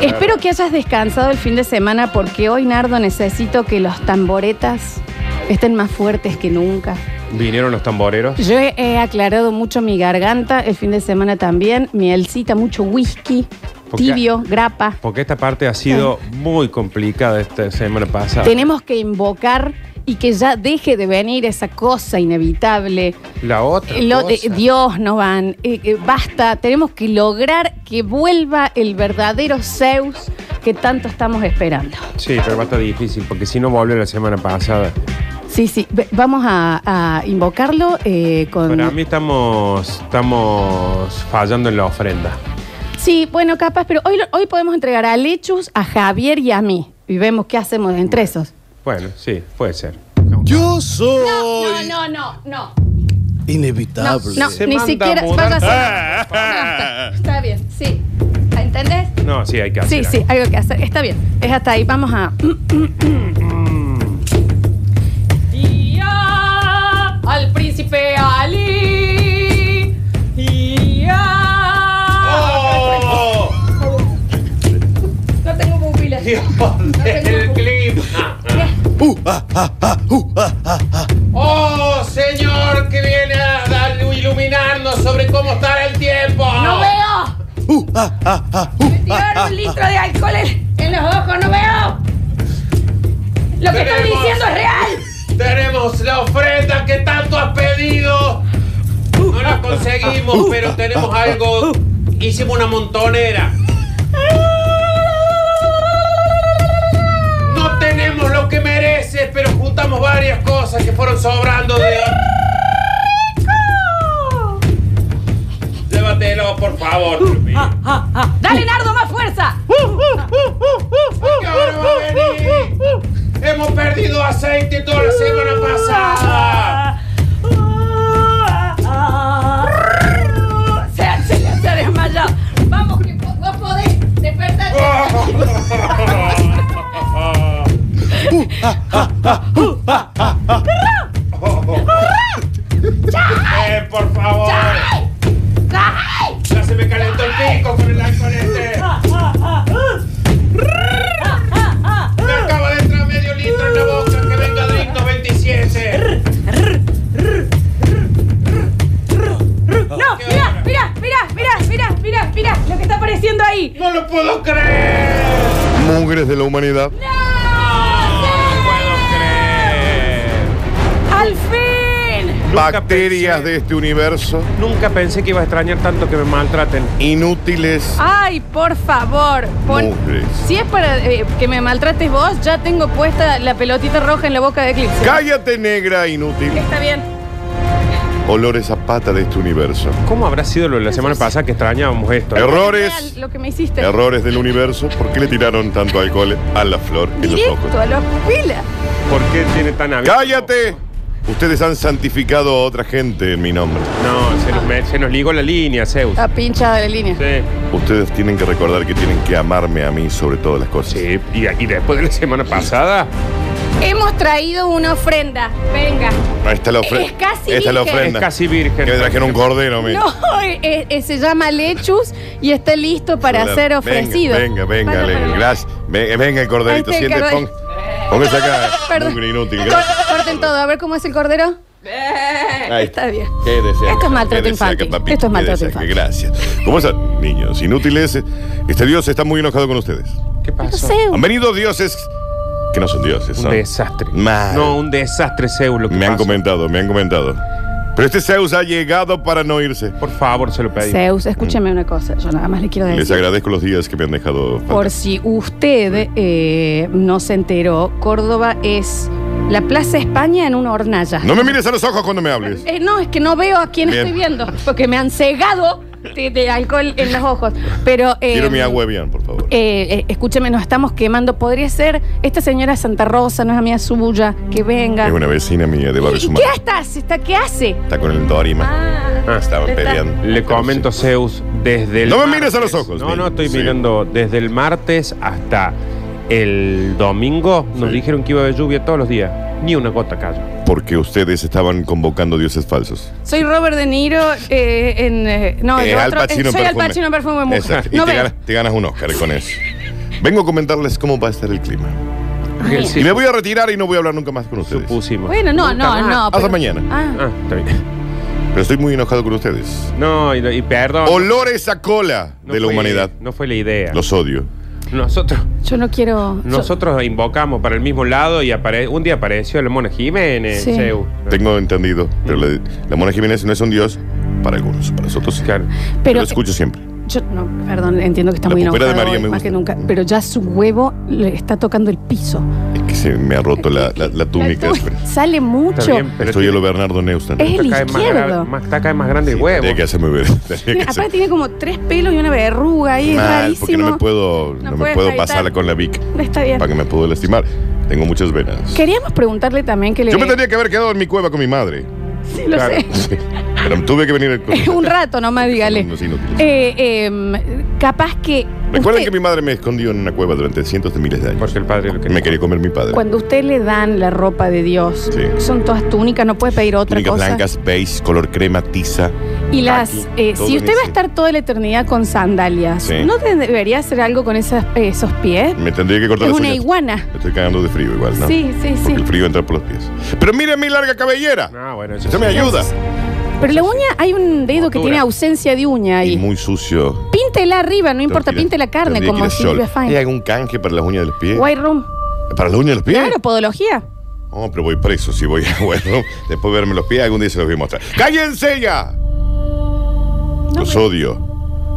Espero que hayas descansado el fin de semana porque hoy, Nardo, necesito que los tamboretas estén más fuertes que nunca. Vinieron los tamboreros. Yo he, he aclarado mucho mi garganta el fin de semana también. Mielcita, mucho whisky, Porque- tibio, grapa. Porque esta parte ha sido muy complicada esta semana pasada. Tenemos que invocar y que ya deje de venir esa cosa inevitable. La otra. Lo- cosa. eh, Dios, no van. eh, eh, basta, tenemos que lograr que vuelva el verdadero Zeus que tanto estamos esperando. Sí, pero va a estar difícil, porque si no volvió la semana pasada. Sí, sí, ve- vamos a, a invocarlo eh, con... Para mí estamos, estamos fallando en la ofrenda. Sí, bueno, capaz, pero hoy, lo- hoy podemos entregar a Lechus, a Javier y a mí. Y vemos qué hacemos entre esos. Bueno, sí, puede ser. Yo soy No, no, no, no. No, inevitable. no, Se ni manda a siquiera... mudar. vaya a ser- No, está, está bien, sí. ¿Entendés? No, sí, hay que Sí, hacer. sí, algo. algo que hacer. Está bien, es hasta ahí. Vamos a. Ya al príncipe Ali. Ya. ¡Oh! No tengo pupilas. ¡El clima! Uh, ah, ah, ah, uh, ah, ah, ah. ¡Oh, señor que viene a iluminarnos sobre cómo estará el tiempo! No veo. Uh, ah, ah, ah, uh, Me ah, ah, tiraron un litro de alcohol en, en los ojos. No veo. Lo que estoy Tenemos- diciendo es real. Tenemos la ofrenda que tanto has pedido. No la conseguimos, pero tenemos algo. Hicimos una montonera. No tenemos lo que mereces, pero juntamos varias cosas que fueron sobrando de. Llévatelo, por favor. Que Dale, Nardo, más fuerza. ahora va a venir. Hemos perdido aceite toda la semana pasada. Se, se le- se ha desmayado. Vamos, que po- vos podés despertarte. Eh, por favor. Ya se me calentó el pico con el alcohol este. Me acaba de entrar medio litro en la boca. Que venga Drink 27. No, mira, mira, mira, mira, mira, mira, mira lo que está apareciendo ahí. No lo puedo creer. Mugres de la humanidad. No lo puedo creer. ¡Al fin! Nunca Bacterias pensé. de este universo. Nunca pensé que iba a extrañar tanto que me maltraten. Inútiles. Ay, por favor. pon- Mugres. si es para eh, que me maltrates vos, ya tengo puesta la pelotita roja en la boca de Eclipse. Cállate negra, inútil. Está bien. Olores a pata de este universo. ¿Cómo habrá sido lo de la semana pasada que extrañábamos esto? Errores. Lo que me hiciste. Errores del universo. ¿Por qué le tiraron tanto alcohol a la flor en los ojos? Directo a la pupila. ¿Por qué tiene tan abierto? ¡Cállate! Ustedes han santificado a otra gente en mi nombre. No, se nos, me- se nos ligó la línea, Zeus. Está pinchada la línea. Sí. Ustedes tienen que recordar que tienen que amarme a mí sobre todas las cosas. Sí, y, y después de la semana pasada. Hemos traído una ofrenda. Venga. Ahí está la ofrenda. Es casi Ahí está la virgen. ofrenda. Es casi virgen. Que me trajeron un cordero, mira. No, eh, eh, se llama Lechus y está listo para Hola. ser ofrecido. Venga, venga, Para, venga, para, venga. para. Gracias. Venga, venga el corderito, Ahí está el siente, pon, cordero. póngase acá. Perdón. Mugre inútil. Cor- gracias. Corten todo, a ver cómo es el cordero. Ahí Está bien. Quédese acá, Esto es maltrato quédese acá, infantil. papito, Esto es maltrato quédese acá, infantil. Gracias. ¿Cómo están, niños? Inútiles. Este dios está muy enojado con ustedes. ¿Qué pasó? Han Zeus. venido dioses que no son dioses. Un ¿no? desastre. Mal. No, un desastre, Zeus. Lo que Me han pasa. comentado, me han comentado. Pero este Zeus ha llegado para no irse. Por favor, se lo pedí. Zeus, escúcheme Mm. una cosa. Yo nada más le quiero Les decir. agradezco los días que me han dejado. Por si usted eh, no se enteró, Córdoba es la Plaza España en una hornalla. No me mires a los ojos cuando me hables. Eh, no, es que no veo a quién Bien. estoy viendo, porque me han cegado de, de alcohol en los ojos. Pero. eh, Quiero mi agua bien, por favor. eh, eh, escúcheme, nos estamos quemando. Podría ser esta señora Santa Rosa, no es amiga suya, que venga. Es una vecina mía de Barrio ¿Y Sumar. qué estás? ¿Está, ¿Qué hace? Está con el Dorima. Ah, Ah, Estaban está- peleando. Le comento, Zeus, desde el. No me martes- mires a los ojos, No, Vin. no, estoy Sí. mirando. Desde el martes hasta el domingo nos Sí. dijeron que iba a haber lluvia todos los días. Ni una gota cayó. Porque ustedes estaban convocando dioses falsos. Soy Robert De Niro eh, en. eh, no, Eh, yo Al otro- eh, Pacino en soy Al perfume. Pacino en perfume mujer. Exacto. Y No te, veo. ganas, te ganas un Oscar con eso. Vengo a comentarles cómo va a estar el clima. Ángel, sí, Y me voy a retirar y no voy a hablar nunca más con ustedes. Supusimos. Bueno, no, no, no. Hasta pero- mañana. Ah, Ah, está bien. Pero estoy muy enojado con ustedes. No, y, y perdón. Olores a cola No de la fue- humanidad. No fue la idea. Los odio. Nosotros, yo no quiero. yo- nosotros invocamos para el mismo lado y apare- un día apareció el Mona Jiménez. Sí. Seu. Tengo entendido. Pero la, la Mona Jiménez no es un dios para algunos, para nosotros sí. Claro. Pero pero, lo escucho siempre. yo no, perdón, entiendo que está La muy pupera enojado de María hoy, me más que gusta. nunca. Pero ya su huevo le está tocando el piso. Es que se me ha roto la, la- la túnica. pues. Sale Está mucho. bien, pero Estoy a tiene- lo Bernardo Neustadt. Es el está cada vez más izquierdo. gra- más- Está cada vez más grande el huevo. Tenía que hacerme ver. Tenía Tiene- que aparte hacer- tiene como tres pelos y una verruga ahí, es Mal, rarísimo. porque no me puedo, no me puedes puedo evitar. pasar con la Vic Está bien. para que me puedo lastimar. Tengo muchas venas. Queríamos preguntarle también que le. Yo me tenía que haber quedado en mi cueva con mi madre. Sí, lo Claro. sé. Sí. Pero me tuve que venir con... Un rato nomás, dígale. Son unos inútiles. Eh, eh, capaz que. Recuerden usted- que mi madre me escondió en una cueva durante cientos de miles de años. Porque el padre lo quería. Me quería comer mi padre. Cuando usted le dan la ropa de Dios, Sí. son todas túnicas, no puede pedir otra Túnicas cosa. blancas, beige, color crema, tiza. Y las, Aquí, eh, todo si en usted va a ese. estar toda la eternidad con sandalias, Sí. ¿no te- debería hacer algo con esas- esos pies? Me tendría que cortar Es las una uñas. iguana. Me estoy cagando de frío igual, ¿no? Sí, sí, Porque sí. el frío entra por los pies. Pero miren mi larga cabellera. Ah, bueno, eso Eso me sí. ayuda. Pero la uña, hay un dedo que Cordura. tiene ausencia de uña Y ahí. muy sucio. Píntela arriba, no importa, pinte la carne como Silvia ¿Hay Fine. algún canje para las uñas de los pies? White Room. ¿Para las uñas de los pies? Claro, podología. No, pero voy preso si voy a bueno. Después de verme los pies, algún día se los voy a mostrar. ¡Cállense ya! Los odio.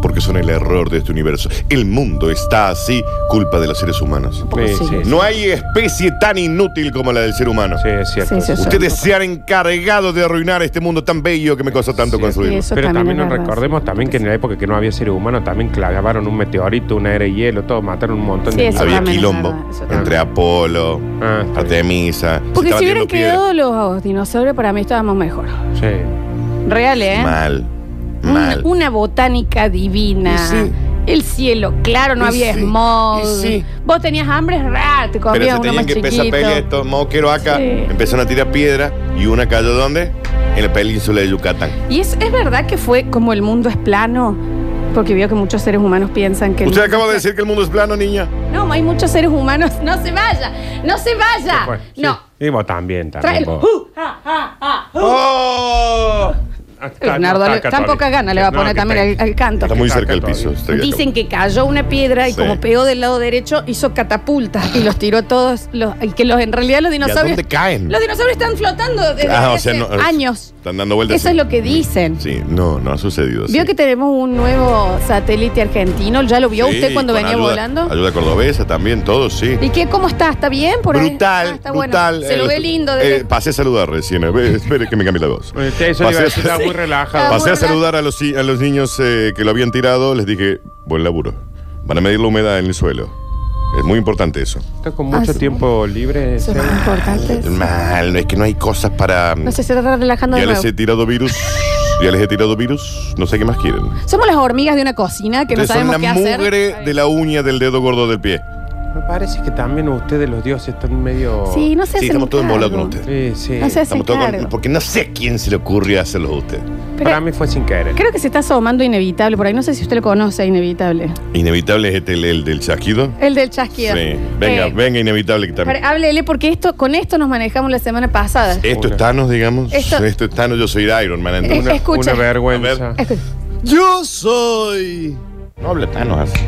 Porque son el error de este universo. El mundo está así, culpa de los seres humanos. Sí, Sí. sí, sí. No hay especie tan inútil como la del ser humano. Sí, es cierto. Sí, sí, sí. Ustedes se han encargado de arruinar este mundo tan bello que me costó tanto Sí, construir. Eso Pero también también, es nos verdad, recordemos sí. también que en la época que no había seres humanos también clavaron un meteorito, una era de hielo, todo, mataron un montón Sí, de eso niños. Había también es quilombo verdad, eso también. entre Apolo, Ah, está bien. Artemisa. se Porque estaban si hubieran tirando piedras. quedado los dinosaurios, para mí estábamos mejor. Sí. Real, ¿eh? Mm, Mal, Una- mal. Una, botánica divina. Y sí. El cielo, claro, no Y había sí, smog. y sí. Vos tenías hambre, raro, te Pero comías se uno tenían más que chiquito. empezar a pelear estos moqueros acá. Sí. Empezaron a tirar piedra y una cayó ¿dónde? En la península de Yucatán. Y es, es verdad que fue como el mundo es plano, porque veo que muchos seres humanos piensan que... el Usted mundo acaba de es decir que el mundo es plano, niña. plano. No, hay muchos seres humanos. No se vaya, no se vaya. Bueno, sí. Ah, No, Y vos también, trae también. el... vos. Uh, ah, ah, ah, uh. ¡Oh! Hasta- Leonardo, hasta le- tan católico. poca gana le va a No, poner que también te- al, al canto. Está muy Está cerca del acá piso. todavía. estoy acá. Dicen que cayó una piedra y Sí. como pegó del lado derecho hizo catapultas y los tiró a todos los y que los en realidad los ¿Y a dinosaurios dónde caen? los dinosaurios están flotando desde Mm. Ah, o hace sea, no- años. Están dando vueltas. Eso sí. es lo que dicen. Sí, no, no ha sucedido. Vio sí. que tenemos un nuevo satélite argentino, ya lo vio Sí, usted cuando con venía ayuda- volando. Ayuda cordobesa también, todo, sí. ¿Y qué cómo está? ¿Está bien por ahí? brutal, Ah, está bueno. brutal. Se lo Eh, ve lindo eh, de pasé a saludar recién. eh, Espere que me cambie la voz. Eh, Eso le iba a decir, estaba muy relajado. Estaba Pasé a muy saludar a los, i- a los niños eh, que lo habían tirado, les dije, buen laburo. Van a medir la humedad en el suelo. Es muy importante eso. Está con mucho Ah, sí. tiempo libre. Eso es eh, Seba. muy importante. Mal, es que no hay cosas para... No sé, se está relajando Mm. de ya les nuevo. he tirado virus, ya les he tirado virus, no sé qué más quieren. Somos las hormigas de una cocina que Ustedes no son sabemos la qué hacer. mugre de la uña del dedo gordo del pie. Me parece que también ustedes, los dioses, están medio. Sí, no sé. Sí, estamos todos embolados con ustedes. Sí, sí. No sé. Estamos todos con- claro. porque no sé a quién se le ocurrió hacerlo a usted. Para mí fue sin querer. Creo que se está asomando Inevitable por ahí. No sé si usted lo conoce, Inevitable. Inevitable es este, el, el del chasquido. El del chasquido. Sí. Venga, Eh, venga, inevitable que para- también. Háblele porque esto, con esto nos manejamos la semana pasada. Esto es Thanos, digamos. Esto- Esto, es Thanos, yo soy Iron Man. Eh, entonces. Una, escucha. una vergüenza. Escucha, Yo soy No habla Thanos así.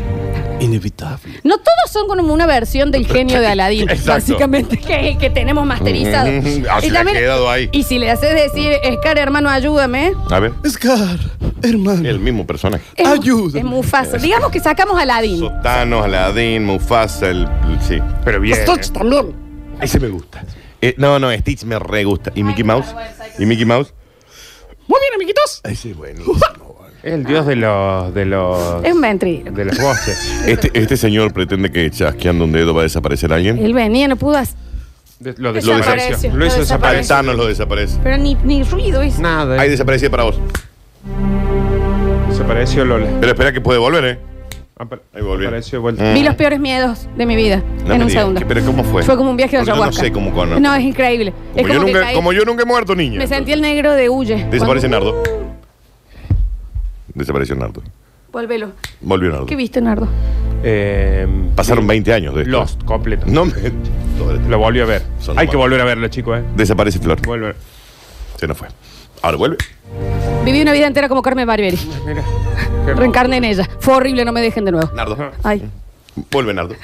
inevitable. No todos son como una versión del genio de Aladdin, Exacto. básicamente, que, que tenemos masterizado. Mm, así le ha quedado ahí. y si le haces decir, Scar, hermano, ayúdame. A ver. Scar, hermano. El mismo personaje. Es, Ayúdame. Es Mufasa. Digamos que sacamos a Aladdin. Sotanos, Aladdin, Mufasa, el, el- sí. Pero bien. ¿eh? Stitch también. Ese me gusta. Eh, no, no, Stitch me re gusta. ¿Y Mickey Mouse? ¿Y Mickey Mouse? Muy bien, amiguitos. Ese es bueno. Es el dios de los. de los. Es un ventríloco. de las voces. Este, este señor pretende que chasqueando un dedo va a desaparecer alguien. Él venía, no pudo hacer. De- lo Desapareció, desapareció. Lo hizo lo Al desapareció. desaparecer. Thanos lo desaparece. Pero ni, ni ruido hizo. Nada. Ahí eh. desapareció para vos. Desapareció Lola. Pero espera que puede volver, ¿eh? Apa- Ahí volvió. Apareció de vuelta. Mm. Vi los peores miedos de mi vida No en me un digas. segundo. ¿Pero cómo fue? Fue como un viaje de Porque yo no ayahuasca. sé cómo con- No, es increíble. Es Como, yo que nunca, caí- como yo nunca he muerto, niña. Me sentí el negro de Huye. Desapareció Cuando- Nardo. Desapareció Nardo. Volvelo. Volvió Nardo. ¿Qué viste, Nardo? Eh, Pasaron 20 años de esto. Lost, completo. No me. Lo volvió a ver. Son Hay malos. que volver a verlo, chicos, ¿eh? Desaparece Flor. Vuelve. Se nos fue. Ahora vuelve. Viví una vida entera como Carmen Barbieri. Mira. Qué hermoso. Reencarné en ella. Fue horrible, no me dejen de nuevo. Nardo. Ay. Vuelve, Nardo.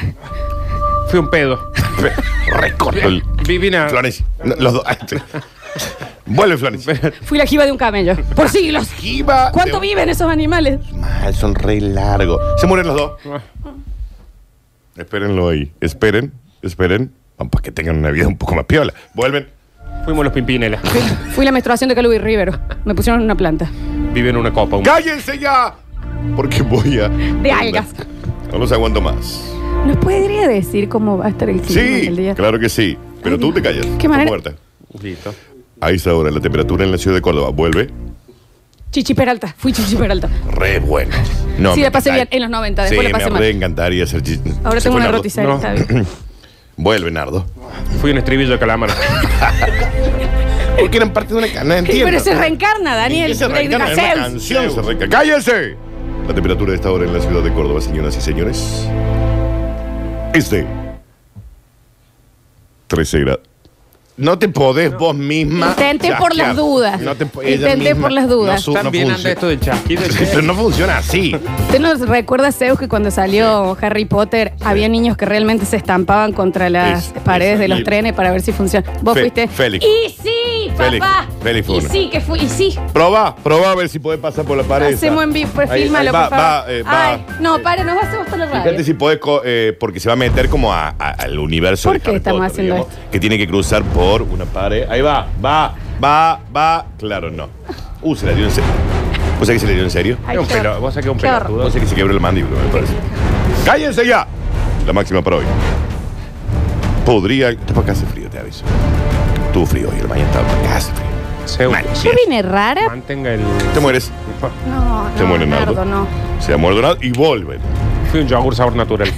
Fui un pedo. Recorto el. Viví una- Florencia. No, los dos. Vuelve, Florencia. Fui la jiba de un camello. Por siglos. Jiba. ¿Cuánto de- viven esos animales? Mal, son re largos. Se mueren los dos. Espérenlo ahí. Esperen, esperen. Vamos, Para que tengan una vida un poco más piola. Vuelven. Fuimos los Pimpinela. Fui, fui la menstruación de Calú y Rivero. Me pusieron en una planta. Viven una copa. un- ¡Cállense ya! Porque voy a. De algas. No los aguanto más. ¿Nos podría decir cómo va a estar el clima Sí, el día? claro que sí. Pero tú te callas. Qué manera- Muerta. Listo. A esa hora, la temperatura en la ciudad de Córdoba vuelve. Chichi Peralta. Fui Chichi Peralta. Re bueno. No, Sí, me la pasé encantaría- bien en los 90, después la sí, pasé me mal. re encantaría hacer chis- Ahora tengo Se fue una Nardo. rotizaria. No. está bien. Vuelve, Nardo. Fui un estribillo de calamar. Porque eran parte de una Sí, canal. entiendo. pero se reencarna, Daniel. ¿Y qué se Rey de reencarna en una Caseus. canción? Se reenca- ¡Cállense! La temperatura de esta hora en la ciudad de Córdoba, señoras y señores, es de 13 grados. No te podés vos misma. Intenté chasquear. por las dudas. No te po- ella Intenté misma por las dudas. No, su- no También anda funciona. esto del chasquido. Pero no funciona así. ¿Usted nos recuerda, Zeus, que cuando salió Harry Potter había niños que realmente se estampaban contra las Es- paredes de los y- trenes para ver si funciona? ¿Vos Fe- fuiste? Félix. Y sí, Félix, papá. Félix fue y uno. sí, que fui. Y sí. Probá, probá a ver si podés pasar por la pared. Hacemos en vivo, pues, Ahí- ahí fílmalo, va, por favor. va, eh, va. Ay, no, para, nos va a hacer hasta la Fíjate radio. si podés, co- eh, porque se va a meter como a- a- al universo ¿Por de qué Harry estamos Potter, haciendo digamos, Que tiene que cruzar por una pared. Ahí va, va, va, va. Claro, no. Uh, se la dio en serio. ¿Vos sabés que se la dio en serio? Ay, Un qué pelo- horror. vos saqué un Qué horror. pelotudo. Vos sabés que se quebró el mandíbula, me parece. ¡Cállense ya! La máxima para hoy. Podría... Está para acá hace frío, te aviso. Tuvo frío hoy, el mañana estaba para acá hace frío. Zeus. Mal. Yo vine rara. Mantenga el. Te mueres. No, Te no, muere Nardo. Nardo, no. Se ha muerto nada y vuelven. Fui un yogur sabor natural.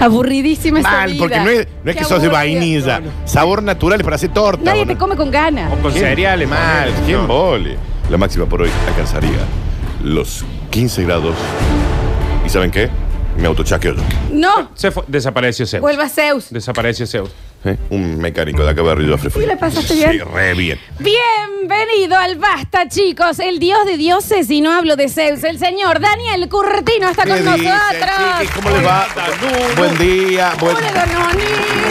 Aburridísima esa Mal, vida. porque no es, no es Pues Qué que sos de aburrida. vainilla. Sabor natural es para hacer torta. Nadie ¿o te no? come con ganas. O con ¿Quién? cereales, mal. ponele. ¿Quién No. vole? La máxima por hoy alcanzaría los 15 grados. ¿Y saben qué? Me autochaqueo yo. No, Se fue- Desapareció Zeus. vuelva Zeus. Desapareció Zeus. ¿Eh? Un mecánico de acá barrio de ¿Y la pasaste Sí, bien? re bien. Bienvenido al Basta, chicos. El dios de dioses, y no hablo de Zeus, el señor Daniel Curtino está con dicen, chiquis? nosotros. ¿Cómo les va? Buen día. Buen... Hola,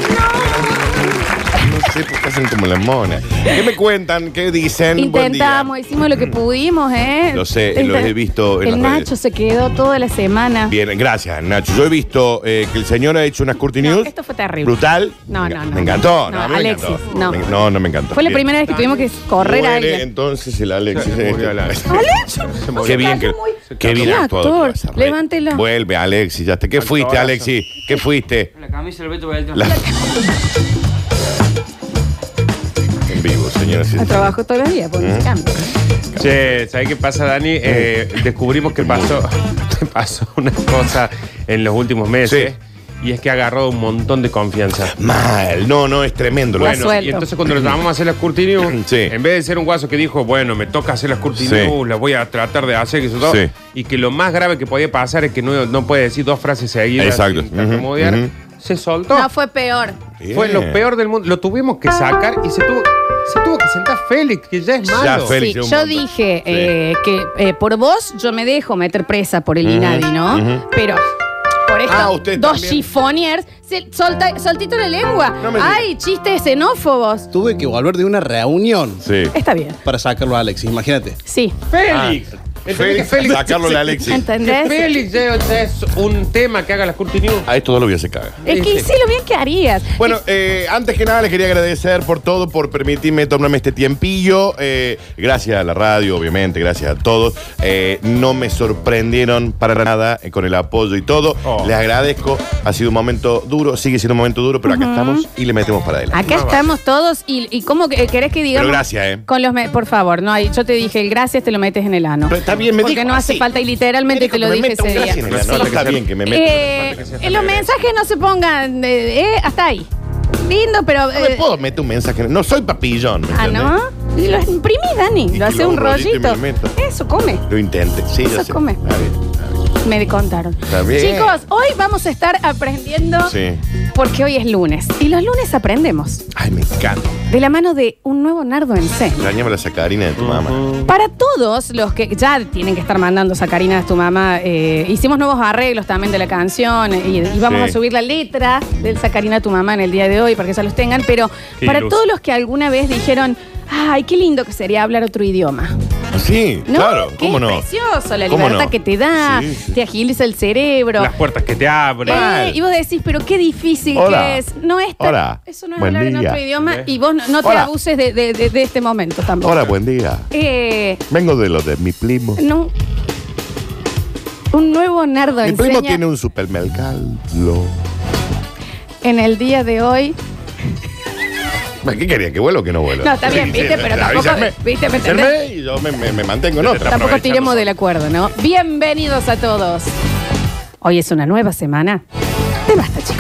Dononino. No sé, porque hacen como las monas. ¿Qué me cuentan? ¿Qué dicen? Buen día. Mm. Intentamos, hicimos lo que pudimos, ¿eh? Lo sé, lo he visto en El las Nacho redes. se quedó toda la semana. Bien, gracias, Nacho. Yo he visto eh, que el señor ha hecho unas Curti No, News. esto fue terrible. Brutal. No, Me- no, no. Me encantó. No, a mí me Alexis, encantó. no. Me- no, no me encantó. Fue la Bien. primera vez que tuvimos que correr a Muere alguien. entonces el Alexis. Se murió el Alexis. Qué bien que, qué bien Qué actuado. actor. que vas a reír. Levántelo. Vuelve, Alexis. Ya te- ¿Qué fuiste, Actorazo. Alexis? ¿Qué fuiste? La camisa del Beto Beltrán. La- en vivo, señoras y A señores. trabajo todos los días, ¿Eh? porque se cambia. Che, ¿sabes qué pasa, Dani? Eh, descubrimos que pasó, pasó una cosa en los últimos meses. Y es que ha agarrado un montón de confianza. Mal. No, no, es tremendo. lo Bueno, que- suelto. y entonces cuando lo llamamos a hacer las curtinius, Sí. en vez de ser un guaso que dijo, bueno, me toca hacer las curtinius, Sí. las voy a tratar de hacer, que eso todo, Sí. y que lo más grave que podía pasar es que no, no puede decir dos frases seguidas Exacto. sin tartamudear, Ujú, ujú. se soltó. No, fue peor. Bien. Fue lo peor del mundo. Lo tuvimos que sacar y se tuvo, se tuvo que sentar Félix, que ya es Ya, malo. Félix. Sí, un yo montón. dije Sí. eh, que eh, por vos yo me dejo meter presa por el Inadi, ¿no? Pero por esto, Ah, usted dos también. chifoniers, se- solta- soltito la lengua. No me diga. Ay, chistes xenófobos. Tuve que volver de una reunión Sí. Está bien, para sacarlo a Alexis, imagínate. sí. Félix. Ah. Félix, Félix, Félix, Sacarlo a Alexis. ¿Entendés? Félix ya ya es un tema que haga las curtinius. A esto todo lo voy a se caga. Es que sí, lo bien que harías. Bueno, eh, antes que nada les quería agradecer por todo, por permitirme tomarme este tiempillo. Eh, gracias a la radio, obviamente, gracias a todos. Eh, no me sorprendieron para nada eh, con el apoyo y todo. Oh. Les agradezco. Ha sido un momento duro, sigue siendo un momento duro, pero acá estamos y le metemos para adelante. Acá estamos todos y, y ¿cómo que- querés que digamos? Pero gracias, ¿eh? Con los me- por favor, no hay, yo te dije el gracias te lo metes en el ano. Pero está bien, me Porque dijo no hace así. falta y literalmente Me dijo te lo que dije me meta un ese gracias día. en el ano. Sí. Está bien que me meta. Eh, Falta que sea en los tan mensajes no se pongan eh, eh, hasta ahí. Lindo, pero. No me eh, puedo meter un mensaje. No soy papillón. ¿me ah, entendés? ¿no? Y Lo imprimís, Dani. Y Lo que hace lo un hago un rollito y rollito. me lo meto. Eso, come. Lo intente. Sí, Eso ya sé. come. Está bien, está bien. me contaron. Está bien. Chicos, hoy vamos a estar aprendiendo Sí. porque hoy es lunes. Y los lunes aprendemos Ay, me encanta. de la mano de un nuevo Nardo en C. Dañame la sacarina de tu mamá. Para todos los que ya tienen que estar mandando Sacarina a tu mamá, eh, hicimos nuevos arreglos también de la canción y, y vamos Sí. a subir la letra del Sacarina a tu mamá en el día de hoy para que ya los tengan, pero Qué para iluso. todos los que alguna vez dijeron, ay, qué lindo que sería hablar otro idioma. Ah, Sí, ¿No? claro, Qué ¿cómo no? precioso, la ¿Cómo libertad no? que te da, Sí, sí. te agiliza el cerebro. Las puertas que te abren. Eh, y vos decís, pero qué difícil Hola. que es. No es tan- Hola. Eso no es Buen hablar en día. otro idioma Eh. y vos no, no te Hola. abuses de, de- de- de este momento tampoco. Hola, buen día. Eh, Vengo de lo de mi primo. no. Un nuevo nardo Mi primo enseña tiene un supermercado. en el día de hoy. ¿Qué quería? ¿Que vuelo o que no vuelo? No, está bien, viste, pero tampoco- viste, ¿me entendés? y yo me, me- me mantengo en otra. Tampoco tiremos aprovechando. del acuerdo, ¿no? Bienvenidos a todos. Hoy es una nueva semana. Te basta, chicos.